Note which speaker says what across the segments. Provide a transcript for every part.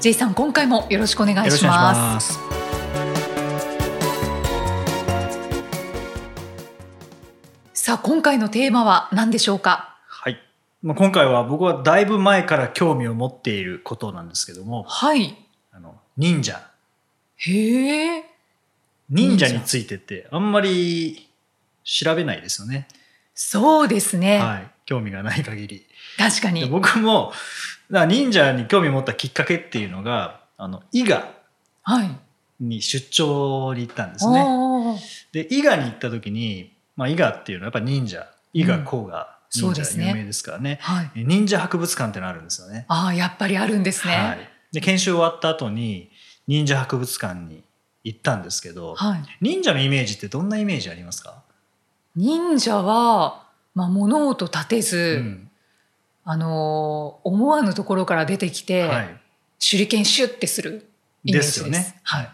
Speaker 1: J さん今回もよろしくお願い
Speaker 2: よろし
Speaker 1: し
Speaker 2: くお願いし
Speaker 1: ま
Speaker 2: ますす。
Speaker 1: さあ今回のテーマは何でしょうか
Speaker 2: はい。まあ、今回は僕はだいぶ前から興味を持っていることなんですけども、
Speaker 1: はい
Speaker 2: あの忍者。
Speaker 1: へえ
Speaker 2: 忍者についてってあんまり調べないですよね。
Speaker 1: そうですね、
Speaker 2: はい。興味がない限り。
Speaker 1: 確か
Speaker 2: で
Speaker 1: に
Speaker 2: 僕も、だから忍者に興味を持ったきっかけっていうのが、あの、伊賀
Speaker 1: はい
Speaker 2: に出張に行ったんですね。
Speaker 1: おー
Speaker 2: で伊賀に行った時に、まあ、伊賀っていうのはやっぱ忍者伊賀甲賀、
Speaker 1: そう
Speaker 2: 忍
Speaker 1: で
Speaker 2: 者
Speaker 1: すね
Speaker 2: 有名ですからね
Speaker 1: はい
Speaker 2: 忍者博物館ってのあるんですよね。
Speaker 1: ああやっぱりあるんです
Speaker 2: は
Speaker 1: ね
Speaker 2: い、で研修終わった後に忍者博物館に行ったんですけど、
Speaker 1: はい、
Speaker 2: 忍者のイメージってどんなイメージありますか、
Speaker 1: 忍者はまあ物音立てず、
Speaker 2: うん
Speaker 1: あのー思わぬところから出てきて、
Speaker 2: はい、
Speaker 1: 手裏剣シュッてするイメージで
Speaker 2: ですすよね。
Speaker 1: はい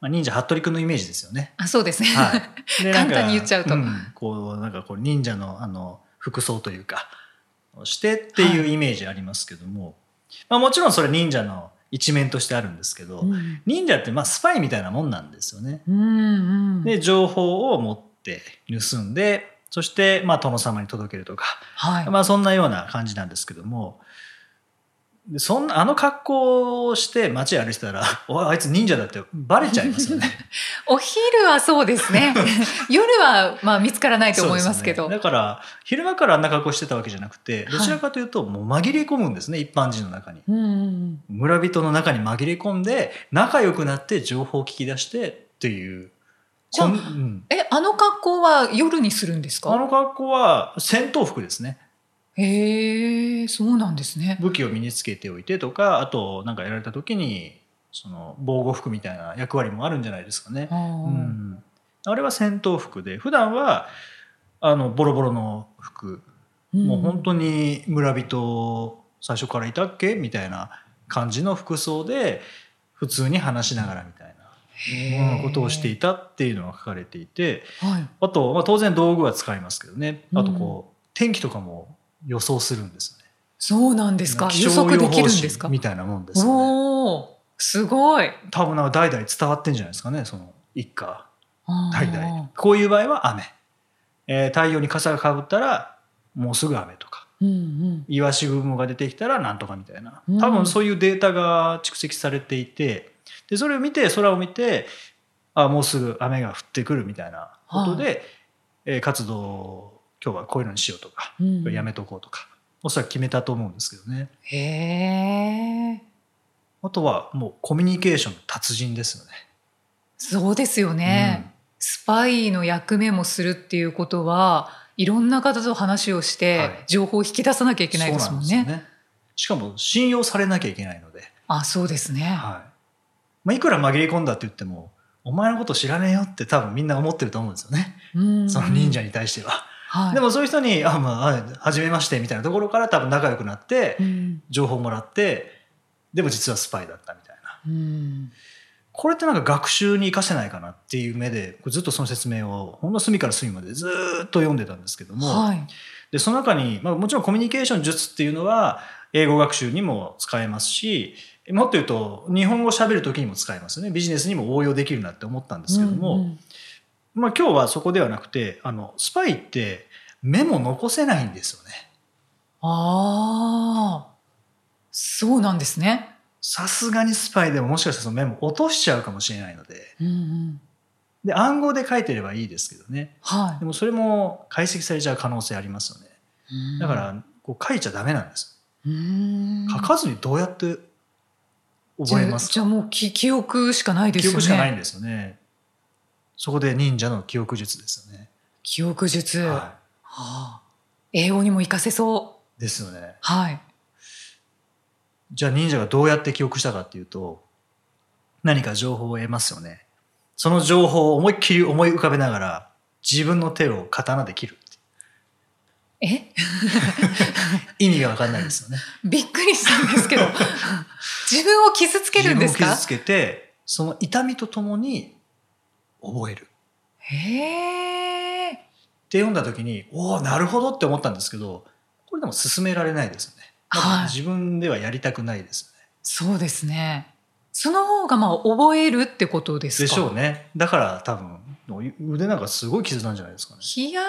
Speaker 2: まあ、忍者服部君のイメージですよね。
Speaker 1: あそうですね、
Speaker 2: はい、で
Speaker 1: 簡単に言っちゃうと
Speaker 2: んこうなんかこう忍者のあの服装というかをしてっていうイメージありますけども、まあ、もちろんそれ忍者の一面としてあるんですけ ど、
Speaker 1: うん
Speaker 2: 忍者ってまあスパイみたいなもんなんですよね。
Speaker 1: うんうん
Speaker 2: で情報を持って盗んでそしてまあ殿様に届けるとか、
Speaker 1: はい、
Speaker 2: まあ、そんなような感じなんですけどもでそんなあの格好をして街歩いてたら「おいあいつ忍者だ」ってバレちゃいますよね。
Speaker 1: お昼はそうです ね夜はまあ見つからないと思いますけど
Speaker 2: そうですねだから昼間からあんな格好してたわけじゃなくて
Speaker 1: はい
Speaker 2: どちらかというともう紛れ込むんですね、一般人の中に。
Speaker 1: うんうん
Speaker 2: 村人の中に紛れ込んで仲良くなって情報を聞き出してっていう。
Speaker 1: じゃあ
Speaker 2: こんうん
Speaker 1: うん、えあの格好は夜にするんです
Speaker 2: あ
Speaker 1: か
Speaker 2: の格好は戦闘服ですね
Speaker 1: へえそうなんですね
Speaker 2: 武器を身につけておいてとかあとなんかやられた時にその防護服みたいな役割もあるんじゃないですかね、
Speaker 1: あ
Speaker 2: う
Speaker 1: ー
Speaker 2: ん、あれは戦闘服で普段はあのボロボロの服、もう本当に村人最初からいたっけみたいな感じの服装で普通に話しながらみたいなうんことをしていたっていうのが書かれていて
Speaker 1: た、はい、
Speaker 2: あと、まあ、当然道具は使いますけどねあとこう、天気とかも予想するんですよね。
Speaker 1: そうなんですか
Speaker 2: 気
Speaker 1: 予
Speaker 2: 象
Speaker 1: 測できるん
Speaker 2: 予
Speaker 1: で
Speaker 2: 報
Speaker 1: す
Speaker 2: 士
Speaker 1: か
Speaker 2: みたいなもんですよね。
Speaker 1: おおーすごい
Speaker 2: 多分なんか代々伝わってんじゃないですかね、その一家、代
Speaker 1: あー
Speaker 2: 々。こういう場合は雨。えー太陽に傘がかぶったら、もうすぐ雨とか、
Speaker 1: うん
Speaker 2: イワシ雲が出てきたらなんとかみたいな
Speaker 1: うん。
Speaker 2: 多分そういうデータが蓄積されていて、で、それを見て、空を見て、あ、もうすぐ雨が降ってくるみたいなことで、えー活動を今日はこういうのにしようとか、
Speaker 1: うんうん
Speaker 2: やめとこうとか、おそらく決めたと思うんですけどね。
Speaker 1: へえ
Speaker 2: あとはもうコミュニケーションの達人ですよね。
Speaker 1: そうですよね、
Speaker 2: うん
Speaker 1: スパイの役目もするっていうことはいろんな方と話をして、
Speaker 2: はい
Speaker 1: 情報を引き出さなきゃいけないですもん
Speaker 2: そう
Speaker 1: ね
Speaker 2: なですよしかも信用されなきゃいけないので、
Speaker 1: あそうですね、
Speaker 2: はいまあ、いくら紛れ込んだって言ってもお前のこと知らねえよって多分みんな思ってると思うんですよね、
Speaker 1: うん
Speaker 2: その忍者に対しては。
Speaker 1: はい
Speaker 2: でもそういう人に「あまああ初めまして」みたいなところから多分仲良くなって
Speaker 1: うん
Speaker 2: 情報もらってでも実はスパイだったみたいな。
Speaker 1: うん
Speaker 2: これってなんか学習に生かせないかなっていう目でこれずっとその説明をほんの隅から隅までずーっと読んでたんですけども、
Speaker 1: はい
Speaker 2: でその中に、まあ、もちろんコミュニケーション術っていうのは英語学習にも使えますしもっと言うと日本語喋る時にも使えますよねビジネスにも応用できるなって思ったんですけども、
Speaker 1: うんうん
Speaker 2: まあ、今日はそこではなくてあのスパイってメモ残せないんですよね。
Speaker 1: ああそうなんですね、
Speaker 2: さすがにスパイでももしかしたらそのメモ落としちゃうかもしれないので
Speaker 1: うんうん、
Speaker 2: で暗号で書いてればいいですけどね
Speaker 1: は
Speaker 2: でもそれも解析されちゃう可能性ありますよね
Speaker 1: い
Speaker 2: だからこう書いちゃダメなんです
Speaker 1: うん
Speaker 2: 書かずにどうやって覚えますか
Speaker 1: じゃあじゃあもうき記憶しかないです
Speaker 2: 記
Speaker 1: よね
Speaker 2: 憶しかないんですよね。そこで忍者の記憶術ですよね。
Speaker 1: 記憶術、はあ、
Speaker 2: は
Speaker 1: 英語にも活かせそう
Speaker 2: い、ですよね。
Speaker 1: はい
Speaker 2: じゃあ忍者がどうやって記憶したかっていうと、何か情報を得ますよね。その情報を思いっきり思い浮かべながら自分の手を刀で切るって
Speaker 1: え
Speaker 2: 意味が分かんないですよね。
Speaker 1: びっくりしたんですけど 自分を傷つけるんです
Speaker 2: 自分を
Speaker 1: か
Speaker 2: 傷つけてその痛みとともに覚える。
Speaker 1: へえ
Speaker 2: って読んだ時におおなるほどって思ったんですけどこれでも進められないですよね、まあ
Speaker 1: はい
Speaker 2: 自分ではやりたくないですよね
Speaker 1: そうですねその方がまあ覚えるってことです
Speaker 2: で
Speaker 1: か
Speaker 2: しょうねだから多分腕なんかすごい傷なんじゃないですかね
Speaker 1: いや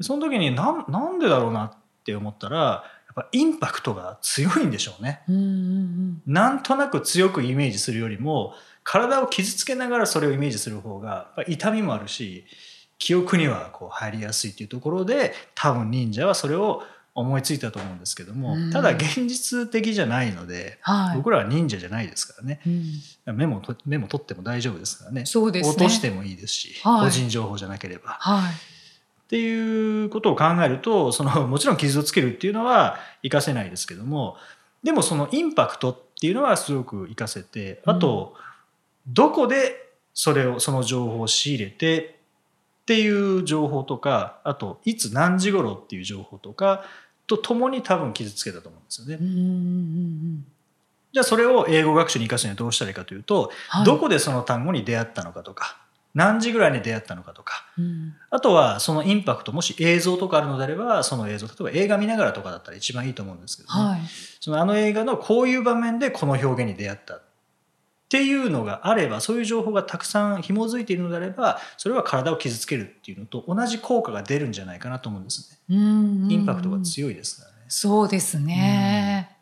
Speaker 1: ー
Speaker 2: その時になんなんでだろうなって思ったらやっぱインパクトが強いんでしょうね
Speaker 1: うんうん
Speaker 2: なんとなく強くイメージするよりも体を傷つけながらそれをイメージする方がやっぱ痛みもあるし記憶にはこう入りやすいというところで多分忍者はそれを思いついたと思うんですけども、
Speaker 1: うん
Speaker 2: ただ現実的じゃないので、
Speaker 1: はい、
Speaker 2: 僕らは忍者じゃないですからね
Speaker 1: うん
Speaker 2: メモとメモ取っても大丈夫ですからね
Speaker 1: そうですね
Speaker 2: 落としてもいいですし、
Speaker 1: はい
Speaker 2: 個人情報じゃなければ。
Speaker 1: はい
Speaker 2: っていうことを考えるとその もちろん傷をつけるっていうのは活かせないですけどもでもそのインパクトっていうのはすごく活かせてあと、どこでそれをその情報を仕入れてっていう情報とかあといつ何時頃っていう情報とかとともに多分傷つけたと思うんですよね。
Speaker 1: うんうんうん
Speaker 2: じゃあそれを英語学習に活かすにはどうしたらいいかというと、
Speaker 1: はい
Speaker 2: どこでその単語に出会ったのかとか何時ぐらいに出会ったのかとか
Speaker 1: うん
Speaker 2: あとはそのインパクトもし映像とかあるのであればその映像例えば映画見ながらとかだったら一番いいと思うんですけどね、
Speaker 1: はい
Speaker 2: そのあの映画のこういう場面でこの表現に出会ったっていうのがあればそういう情報がたくさん紐づいているのであればそれは体を傷つけるっていうのと同じ効果が出るんじゃないかなと思うんですね。
Speaker 1: うんうん
Speaker 2: インパクトが強いですからね。
Speaker 1: そうですね、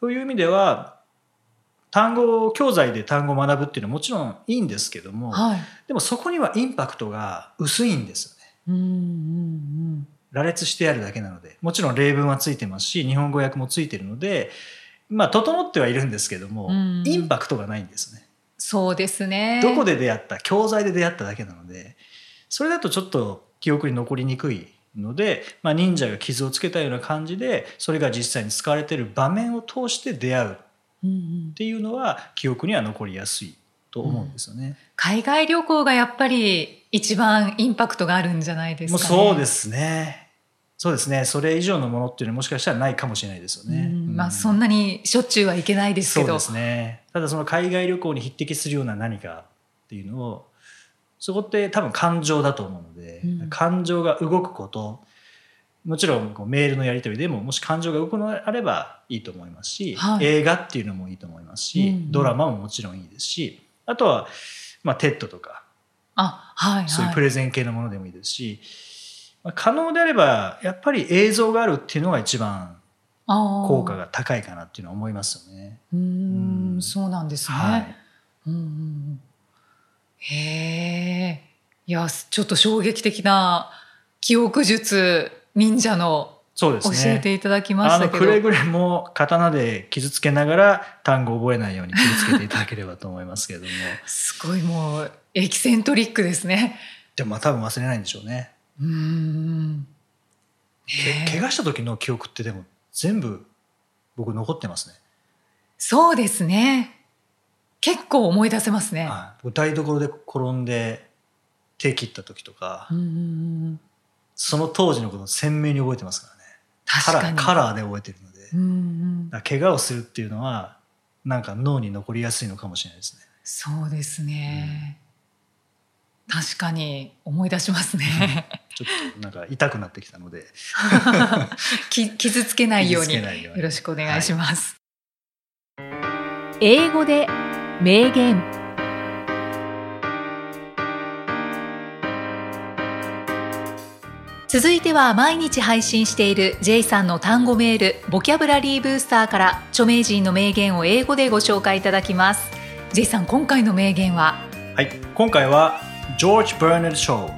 Speaker 2: という意味では単語教材で単語を学ぶっていうのはもちろんいいんですけども
Speaker 1: はい
Speaker 2: でもそこにはインパクトが薄いんですよ
Speaker 1: うん
Speaker 2: ね。
Speaker 1: うん
Speaker 2: 羅列してあるだけなのでもちろん例文はついてますし日本語訳もついてるのでまあ整ってはいるんですけども、
Speaker 1: うん
Speaker 2: インパクトがないんですね、
Speaker 1: そうですね
Speaker 2: どこで出会った教材で出会っただけなのでそれだとちょっと記憶に残りにくいので、まあ、忍者が傷をつけたような感じでそれが実際に使われている場面を通して出会うっ
Speaker 1: うんうん
Speaker 2: ていうのは記憶には残りやすいと思うんですよね。
Speaker 1: 海外旅行がやっぱり一番インパクトがあるんじゃないです
Speaker 2: もう
Speaker 1: か、ね、
Speaker 2: そうですすねそうですねそれ以上のものっていうのはもしかしたらないかもしれないですよね。
Speaker 1: ま
Speaker 2: う
Speaker 1: あ
Speaker 2: ん
Speaker 1: そんなにしょっちゅうはいけないですけ
Speaker 2: そう
Speaker 1: ど
Speaker 2: ですねただその海外旅行に匹敵するような何かっていうのをそこって多分感情だと思うので、
Speaker 1: うん
Speaker 2: 感情が動くこともちろんこうメールのやり取りでももし感情が動くのであればいいと思いますし、
Speaker 1: はい
Speaker 2: 映画っていうのもいいと思いますし、
Speaker 1: うんうん
Speaker 2: ドラマももちろんいいですしあとは、まあ、TED とか
Speaker 1: あはいはい
Speaker 2: そういうプレゼン系のものでもいいですし、まあ可能であればやっぱり映像があるっていうのが一番効
Speaker 1: 効
Speaker 2: 果が高いかなっていうのは思いますよね。
Speaker 1: うー
Speaker 2: うんん
Speaker 1: そうなんですね、
Speaker 2: はい
Speaker 1: うんうんうんへえいやちょっと衝撃的な記憶術忍者の
Speaker 2: そうです
Speaker 1: 教
Speaker 2: ね。
Speaker 1: えていただきましたけ
Speaker 2: あのく
Speaker 1: ど、
Speaker 2: れぐれも刀で傷つけながら単語を覚えないように気をつけていただければと思いますけれども
Speaker 1: すごいもうエキセントリックですね
Speaker 2: でもまあ多分忘れないんでしょうね
Speaker 1: うーん
Speaker 2: け
Speaker 1: ねえ
Speaker 2: 怪我した時の記憶ってでも全部僕残ってますね、
Speaker 1: そうですね結構思い出せますね、
Speaker 2: はい、僕台所で転んで手切った時とか、
Speaker 1: うんうんうん
Speaker 2: その当時のことを鮮明に覚えてますからねカ
Speaker 1: 確
Speaker 2: ラ
Speaker 1: か
Speaker 2: ー
Speaker 1: に
Speaker 2: カラーで覚えてるので、
Speaker 1: うんうん
Speaker 2: だから怪我をするっていうのはなんか脳に残りやすいのかもしれないですね
Speaker 1: そうですね、確かに思い出しますね
Speaker 2: ちょっとなんか痛くなってきたので
Speaker 1: き傷つけないように
Speaker 2: 傷つけ
Speaker 1: よ
Speaker 2: ないように
Speaker 1: ろしくお願いします、
Speaker 3: 英語で名言
Speaker 1: 続いては毎日配信している J さんの単語メールボキャブラリーブースターから著名人の名言を英語でご紹介いただきます J さん今回の名言は
Speaker 2: はい、今回はジョージ・バーナード・ショー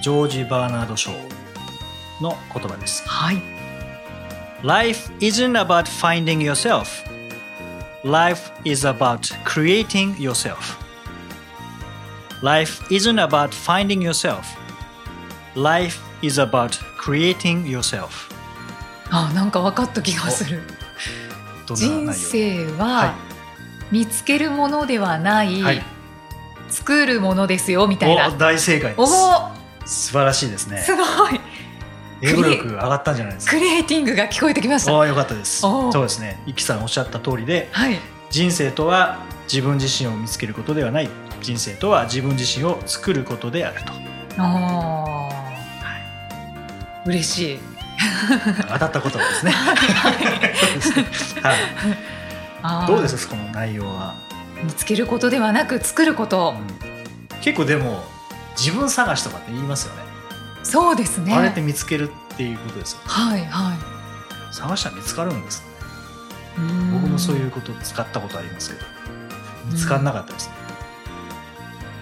Speaker 2: ジョージ・バーナード・ショーの言葉です
Speaker 1: はい
Speaker 2: Life isn't about finding yourself Life is about creating yourself Life isn't about finding yourself Life is about creating yourself
Speaker 1: あなんか分かった気がする
Speaker 2: どんな内容
Speaker 1: 人生は
Speaker 2: は
Speaker 1: 見つけるものではない、
Speaker 2: はい
Speaker 1: 作るものですよみたい
Speaker 2: お
Speaker 1: な
Speaker 2: 大正解で
Speaker 1: お
Speaker 2: す
Speaker 1: お
Speaker 2: 素晴らしいですね
Speaker 1: すごい
Speaker 2: 英語力上がったんじゃないですか
Speaker 1: クリエイティングが聞こえてきました
Speaker 2: おおよかったです
Speaker 1: おー
Speaker 2: そうですねイキさんおっしゃった通りで
Speaker 1: はい
Speaker 2: 人生とは自分自身を見つけることではない人生とは自分自身を作ることで あると
Speaker 1: あー嬉しい
Speaker 2: 当たったことですねそうですねはい
Speaker 1: あー
Speaker 2: どうですかこの内容は、
Speaker 1: 見つけることではなく作ること、
Speaker 2: 結構でも自分探しとかって言いますよね
Speaker 1: そうですね
Speaker 2: あれって見つけるっていうことですよ
Speaker 1: はいはい
Speaker 2: 探したら見つかるんです
Speaker 1: うん
Speaker 2: 僕もそういうこと使ったことありますけど見つからなかったですね、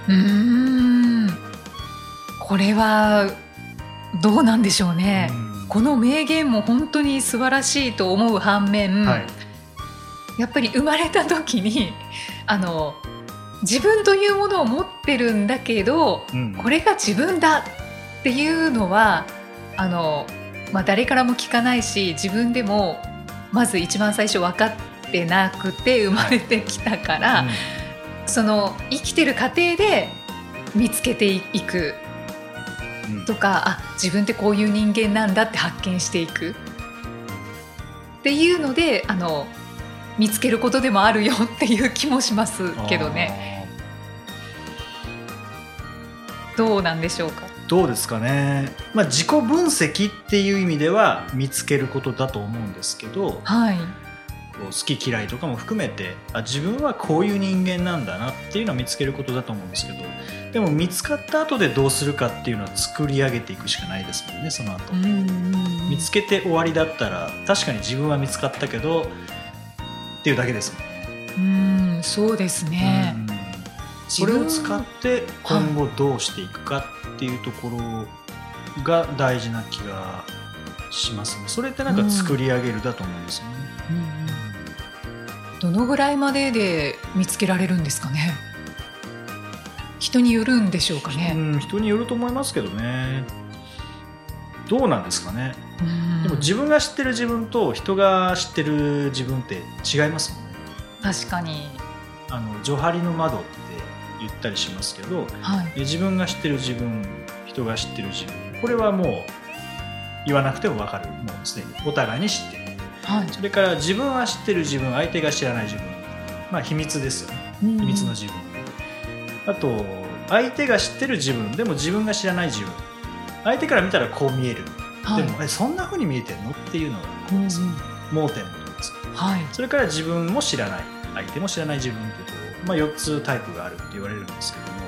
Speaker 1: うーんこれはどうなんでしょうね、
Speaker 2: うん
Speaker 1: この名言も本当に素晴らしいと思う反面、
Speaker 2: はい、
Speaker 1: やっぱり生まれた時にあの自分というものを持ってるんだけど
Speaker 2: うん
Speaker 1: これが自分だっていうのはあの、まあ、誰からも聞かないし自分でもまず一番最初分かってなくて生まれてきたから、その生きてる過程で見つけていく
Speaker 2: うんうん
Speaker 1: とかあ自分ってこういう人間なんだって発見していくっていうのであの見つけることでもあるよっていう気もしますけどね
Speaker 2: あ
Speaker 1: どうなんでしょうか
Speaker 2: ーどうですかね、まあ、自己分析っていう意味では見つけることだと思うんですけどこ
Speaker 1: はい、
Speaker 2: う好き嫌いとかも含めてあ自分はこういう人間なんだなっていうのは見つけることだと思うんですけどでも見つかった後でどうするかっていうのは作り上げていくしかないですもんねその後、
Speaker 1: うんうんうん
Speaker 2: 見つけて終わりだったら確かに自分は見つかったけどっていうだけですもん
Speaker 1: うんそうですね、
Speaker 2: うんそれを使って今後どうしていくかっていうところが大事な気がしますねそれってなんか作り上げるだと思うんですよね、
Speaker 1: うんうんどのぐらいまでで見つけられるんですかね人によるんでしょうかね、
Speaker 2: うん人によると思いますけどねどうなんですかね
Speaker 1: うん
Speaker 2: でも自分が知ってる自分と人が知ってる自分って違いますもんね
Speaker 1: 確かに
Speaker 2: あのジョハリの窓って言ったりしますけど
Speaker 1: はい
Speaker 2: で自分が知ってる自分人が知ってる自分これはもう言わなくても分かるもうすでにお互いに知ってる
Speaker 1: はい
Speaker 2: それから自分は知ってる自分相手が知らない自分まあ秘密ですよね秘密の自分、あと相手が知ってる自分でも自分が知らない自分相手から見たらこう見える、
Speaker 1: はい
Speaker 2: でもえそんな風に見えてんのっていうのが
Speaker 1: うんうん
Speaker 2: 盲点のところです
Speaker 1: はい
Speaker 2: それから自分も知らない相手も知らない自分ってこう、まあ、4つタイプがあるって言われるんですけども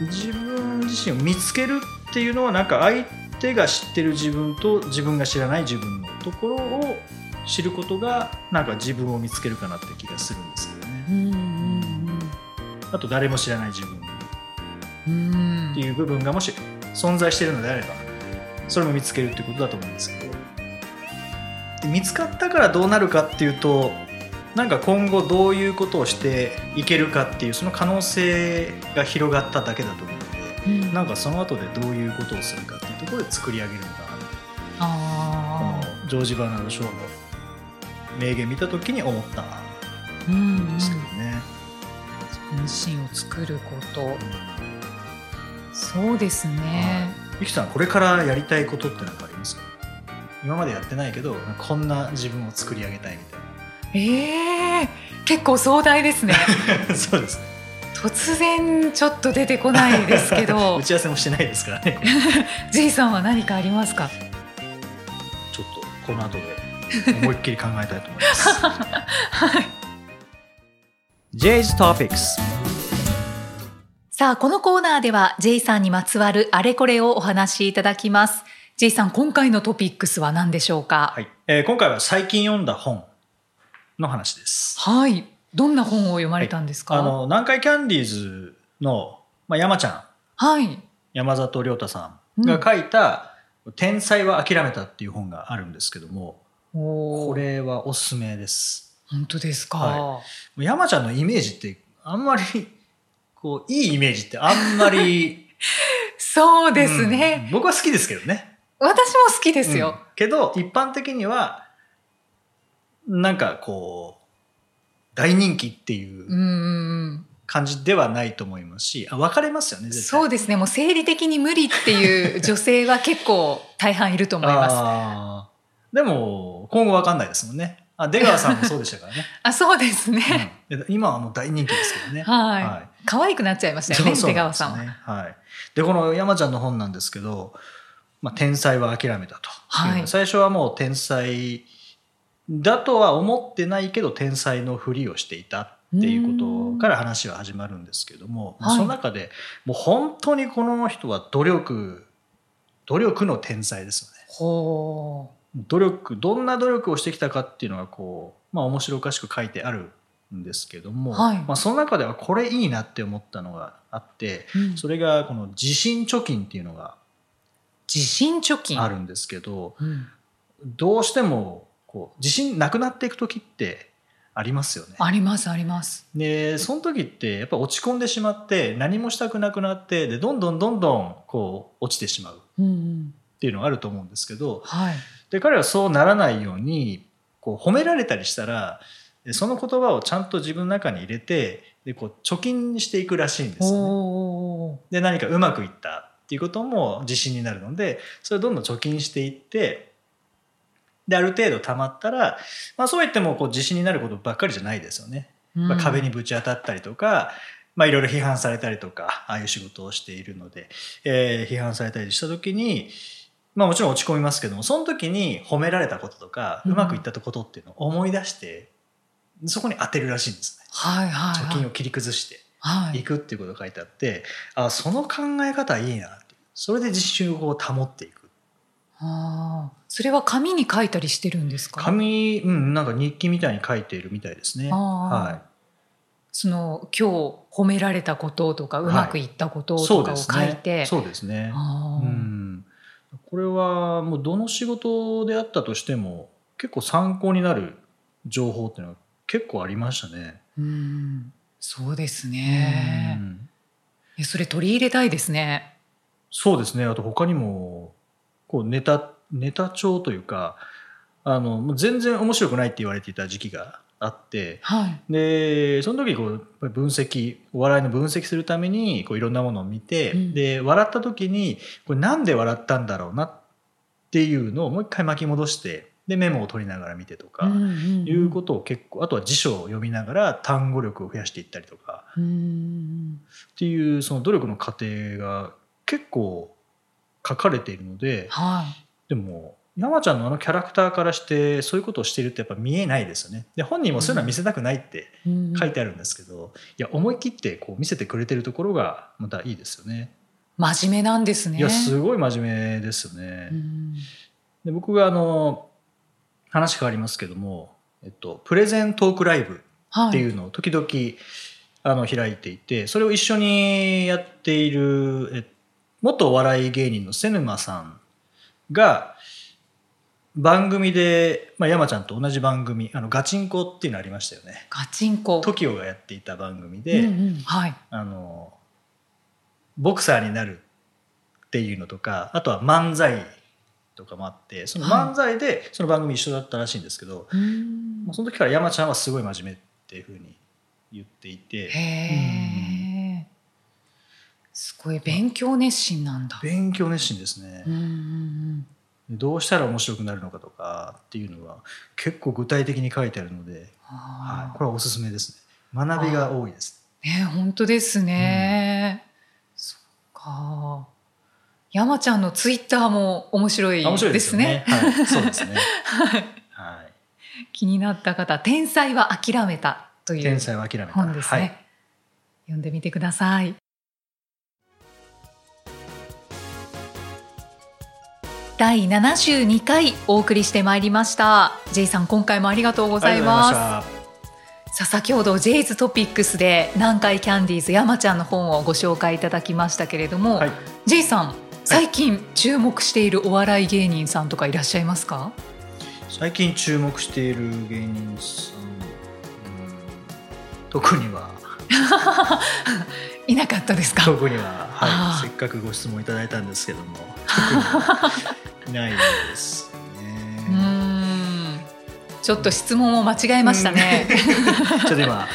Speaker 2: 自分自身を見つけるっていうのはなんか相手が知ってる自分と自分が知らない自分のところを知ることがなんか自分を見つけるかなって気がするんですけどね
Speaker 1: うんうん
Speaker 2: あと誰も知らない自分っ
Speaker 1: うん
Speaker 2: ていう部分がもし存在してるのであればそれも見つけるってことだと思うんですけどで見つかったからどうなるかっていうとなんか今後どういうことをしていけるかっていうその可能性が広がっただけだと思うの
Speaker 1: う
Speaker 2: で
Speaker 1: ん
Speaker 2: なんかその後でどういうことをするかっていうところで作り上げるのかなってこ
Speaker 1: あ
Speaker 2: のジョージ・バーナード・ショーの名言見た時に思ったん
Speaker 1: ーうんうん
Speaker 2: ですけどね。
Speaker 1: 自身を作ることそうですね
Speaker 2: ゆきさんこれからやりたいことって何かありますか今までやってないけどこんな自分を作り上げたいみた
Speaker 1: えー結構壮大ですね
Speaker 2: いな そうですね
Speaker 1: 突然ちょっと出てこないですけど
Speaker 2: 打ち合わせもしてないですから ね
Speaker 1: じいさんは何かありますか
Speaker 2: ちょっとこの後で思いっきり考えたいと思 います J's Topics
Speaker 1: さあこのコーナーでは J さんにまつわるあれこれをお話しいただきます J さん今回のトピックスは何でしょうか
Speaker 2: はい、えー今回は最近読んだ本の話です
Speaker 1: はい、どんな本を読まれたんですか、
Speaker 2: あの南海キャンディーズの、まあ、山ちゃん
Speaker 1: はい
Speaker 2: 山里亮太さんが書いた「天才は諦めた」っていう本があるんですけども、
Speaker 1: おー
Speaker 2: これはおすすめです
Speaker 1: 本当ですか、
Speaker 2: は山ちゃんのイメージってあんまりこういいイメージってあんまり
Speaker 1: そう ですね、
Speaker 2: うん僕は好きですけどね
Speaker 1: 私も好きですよ、
Speaker 2: うんけど一般的にはなんかこう大人気っていううん
Speaker 1: うん
Speaker 2: 感じではないと思いますし、あ分かれますよね
Speaker 1: うん、
Speaker 2: 絶対
Speaker 1: そうですねもう生理的に無理っていう女性は結構大半いると思いますあ
Speaker 2: あーでも今後分かんないですもんねあ出川さんもそうでし たからね、
Speaker 1: そうですね、
Speaker 2: うんで今はもう大人気ですけどね
Speaker 1: はい、
Speaker 2: はい
Speaker 1: 可愛くなっちゃいましたよね出川さん
Speaker 2: な
Speaker 1: は、
Speaker 2: ですねはい、でこの山ちゃんの本なんですけど「まあ、天才は諦めたと」
Speaker 1: はい
Speaker 2: 最初はもう天才だとは思ってないけど天才のふりをしていたっていうことから話は始まるんですけども、
Speaker 1: はい
Speaker 2: その中でもう本当にこの人は努力努力の天才ですよね。
Speaker 1: ほ
Speaker 2: 努力どんな努力をしてきたかっていうのがこう、まあ、面白おかしく書いてあるんですけども、
Speaker 1: はい
Speaker 2: まあ、その中ではこれいいなって思ったのがあって
Speaker 1: う、うん
Speaker 2: それがこの地震貯金っていうのが
Speaker 1: 地震貯金
Speaker 2: あるんですけど
Speaker 1: うん
Speaker 2: どうしてもこう地震なくなっていく時ってありますよね。
Speaker 1: ありますあります
Speaker 2: でその時ってやっぱ落ち込んでしまって何もしたくなくなってでどんどんどんどんこう落ちてしまうっ
Speaker 1: うんうん
Speaker 2: ていうのがあると思うんですけど、
Speaker 1: はい
Speaker 2: で彼はそうならないようにこう褒められたりしたらでその言葉をちゃんと自分の中に入れてでこう貯金にしていくらしいんですよね。
Speaker 1: おー
Speaker 2: で何かうまくいったっていうことも自信になるのでそれをどんどん貯金していってである程度貯まったら、まあ、そう言ってもこう自信になることばっかりじゃないですよね。
Speaker 1: うん
Speaker 2: まあ、壁にぶち当たったりとか、まあ、いろいろ批判されたりとかああいう仕事をしているので、えー批判されたりした時に、まあ、もちろん落ち込みますけどもその時に褒められたこととか
Speaker 1: う
Speaker 2: うんまくいったことっていうのを思い出してそこに当てるらしいんですね。
Speaker 1: はいはい
Speaker 2: 貯
Speaker 1: はい
Speaker 2: 金を切り崩して
Speaker 1: はい
Speaker 2: いくっていうことが書いてあってあその考え方いいなってそれで実習をこう保っていく
Speaker 1: あーそれは紙に書いたりしてるんですか
Speaker 2: 紙、うん、なんか日記みたいに書いているみたいですね。
Speaker 1: あー
Speaker 2: はい
Speaker 1: その今日褒められたこととかう
Speaker 2: はい
Speaker 1: まくいったことと
Speaker 2: そう
Speaker 1: か
Speaker 2: で
Speaker 1: を
Speaker 2: す
Speaker 1: 書い
Speaker 2: ね
Speaker 1: て、
Speaker 2: そうですね。
Speaker 1: あ
Speaker 2: う
Speaker 1: ー
Speaker 2: ん、これはもうどの仕事であったとしても結構参考になる情報っていうのは結構ありましたね。
Speaker 1: うんそうですね
Speaker 2: う、ん
Speaker 1: いやそれ取り入れたいですね
Speaker 2: そうですねあと他にもこうネタネタ帳というかあのもう全然面白くないって言われていた時期があって
Speaker 1: はい
Speaker 2: でその時こう分析お笑いの分析するためにこういろんなものを見て、
Speaker 1: うん
Speaker 2: で笑った時にこれなんで笑ったんだろうなっていうのをもう一回巻き戻してでメモを取りながら見てとか、
Speaker 1: うんうんうん
Speaker 2: いうことを結構あとは辞書を読みながら単語力を増やしていったりとか
Speaker 1: うん
Speaker 2: っていうその努力の過程が結構書かれているので
Speaker 1: はい
Speaker 2: でも山ちゃんのあのキャラクターからしてそういうことをしているってやっぱ見えないですよね。で本人もそういうのは見せたくないって、
Speaker 1: うん
Speaker 2: 書いてあるんですけど、いや思い切ってこう見せてくれてるところがまたいいですよね。
Speaker 1: 真面目なんですね
Speaker 2: いやすごい真面目ですよね。
Speaker 1: うん
Speaker 2: で僕があの話変わりますけども、えっとプレゼントークライブ
Speaker 1: は
Speaker 2: っていうのを時々、あの開いていて、それを一緒にやっているえ元お笑い芸人の瀬沼さんが番組で、まあ、山ちゃんと同じ番組あのガチンコっていうのありましたよね。
Speaker 1: ガチンコ
Speaker 2: TOKIO がやっていた番組で、
Speaker 1: うんうんはい
Speaker 2: あのボクサーになるっていうのとかあとは漫才とかもあってその漫才でその番組一緒だったらしいんですけど、
Speaker 1: うん
Speaker 2: もうその時から山ちゃんはすごい真面目っていうふうに言ってい
Speaker 1: へ
Speaker 2: て
Speaker 1: えすごい勉強熱心なんだ
Speaker 2: 勉強熱心ですね
Speaker 1: うん、うん
Speaker 2: どうしたら面白くなるのかとかっていうのは結構具体的に書いてあるので、
Speaker 1: は
Speaker 2: はい、これはおすすめですね学びが多いです
Speaker 1: ね本当ですね、そっか山ちゃんのツイッターも面白い
Speaker 2: あ面白
Speaker 1: で
Speaker 2: いですす
Speaker 1: ね
Speaker 2: よねはい、そうですね
Speaker 1: はい
Speaker 2: はい
Speaker 1: 気になった方「天才は諦めた」という
Speaker 2: 天才は諦めた
Speaker 1: 本ですね、
Speaker 2: はい、
Speaker 1: 読んでみてください第72回お送りしてまいりました J さん今回もありがとうご
Speaker 2: あ
Speaker 1: ざ
Speaker 2: り
Speaker 1: い
Speaker 2: がとうございま
Speaker 1: ま
Speaker 2: し
Speaker 1: す
Speaker 2: た
Speaker 1: さあ先ほど J ズトピックスで南海キャンディーズ山ちゃんの本をご紹介いただきましたけれども、
Speaker 2: はい
Speaker 1: J さん最近注目しているお笑い芸人さんとかいらっしゃいますか、
Speaker 2: 最近注目している芸人さん、うん特には
Speaker 1: い、なかったですか
Speaker 2: 特には、
Speaker 1: あ
Speaker 2: は
Speaker 1: ー
Speaker 2: い、せっかくご質問いただいたんですけども特にはいないです
Speaker 1: うー
Speaker 2: ね。
Speaker 1: んちょっと質問を間違えましたね。
Speaker 2: ちょっと今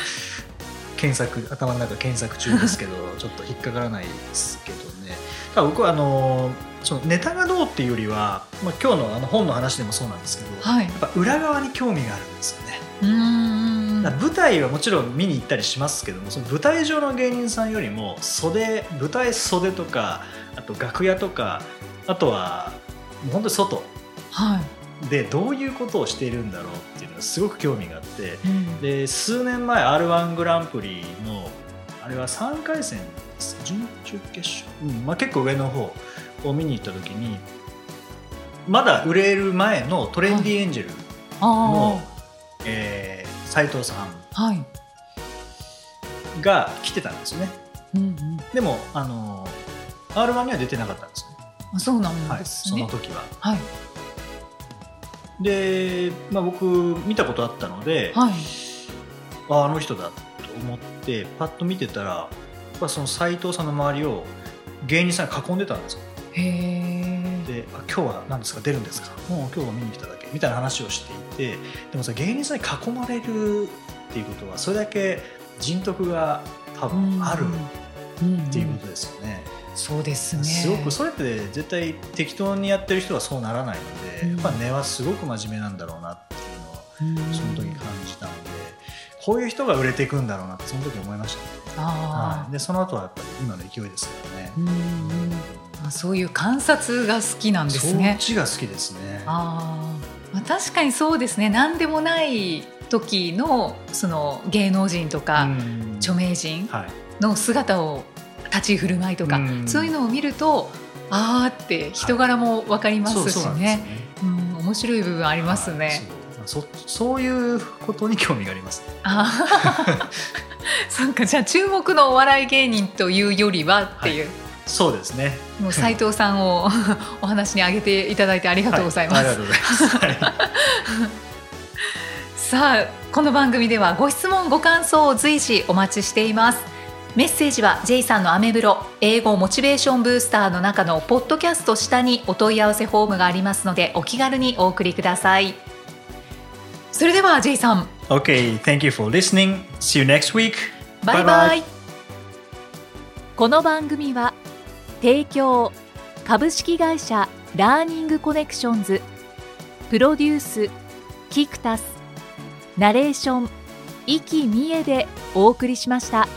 Speaker 2: 検索頭の中検索中ですけど ちょっと引っかからないですけどねただ僕はあのそのネタがどうっていうよりは、まあ、今日のあの本の話でもそうなんですけど、
Speaker 1: はい
Speaker 2: やっぱ裏側に興味があるんですよね。
Speaker 1: うーん
Speaker 2: だから舞台はもちろん見に行ったりしますけどもその舞台上の芸人さんよりも袖舞台袖とかあと楽屋とかあとはもう本当に外
Speaker 1: はい。
Speaker 2: でどういうことをしているんだろうっていうのがすごく興味があって
Speaker 1: うん
Speaker 2: で数年前 r 1グランプリのあれは3回戦です準々決勝、うんまあ、結構上の方を見に行った時にまだ売れる前のトレンディエンジェルの、
Speaker 1: あ
Speaker 2: えー斉藤さん
Speaker 1: あ、はい。
Speaker 2: が来てたんですよね
Speaker 1: うんうん
Speaker 2: でもあの r 1には出てなかったんですよね、
Speaker 1: あ、そうなん
Speaker 2: は
Speaker 1: で
Speaker 2: い、
Speaker 1: す
Speaker 2: そ
Speaker 1: ね
Speaker 2: の。時は。
Speaker 1: はい。
Speaker 2: で、まあ、僕見たことあったので、
Speaker 1: はい。
Speaker 2: ああの人だと思ってパッと見てたらやっぱその斎藤さんの周りを芸人さんが囲んでたんですよ
Speaker 1: へえ。
Speaker 2: であ今日は何ですか出るんですかもう今日は見に来ただけみたいな話をしていてでもさ芸人さんに囲まれるっていうことはそれだけ人徳が多分ある
Speaker 1: っ
Speaker 2: っていうことですよね、
Speaker 1: そうですね。
Speaker 2: すごくそれって絶対適当にやってる人はそうならないので、
Speaker 1: うん
Speaker 2: やっぱ根はすごく真面目なんだろうなっていうのは
Speaker 1: うん
Speaker 2: その時感じたので、こういう人が売れていくんだろうなってその時思いましたねは
Speaker 1: あ
Speaker 2: い、でその後はやっぱり今の勢いですよね
Speaker 1: あ、う。んうんあ、そういう観察が好きなんです
Speaker 2: そっ
Speaker 1: ね。
Speaker 2: ちが好きですね。
Speaker 1: ああ、まあ確かにそうですね。何でもない時のその芸能人とか、
Speaker 2: うん
Speaker 1: 著名人
Speaker 2: はい。
Speaker 1: の姿を立ち居振る舞いとか、
Speaker 2: うん
Speaker 1: そういうのを見ると、ああって人柄もわかりま
Speaker 2: そう
Speaker 1: す
Speaker 2: そう
Speaker 1: し
Speaker 2: なんですよ
Speaker 1: ね。うん、面白い部分ありますね。
Speaker 2: はいそうそそういうことに興味があります、ね。
Speaker 1: あ ーそうかじゃあ注目のお笑い芸人というよりはっていう、
Speaker 2: そうですね。
Speaker 1: もう斉藤さんを お話に挙げていただいてありがとうございます、
Speaker 2: はありがとうございます。はい
Speaker 1: さあこの番組ではご質問ご感想を随時お待ちしていますメッセージは J さんのアメブロ英語モチベーションブースターの中のポッドキャスト下にお問い合わせフォームがありますのでお気軽にお送りくださいそれでは J さん
Speaker 2: okay, thank you for listening. See you next week.
Speaker 1: バイバイ
Speaker 3: この番組は提供株式会社ラーニングコネクションズプロデュースキクタスナレーション生きみえでお送りしました。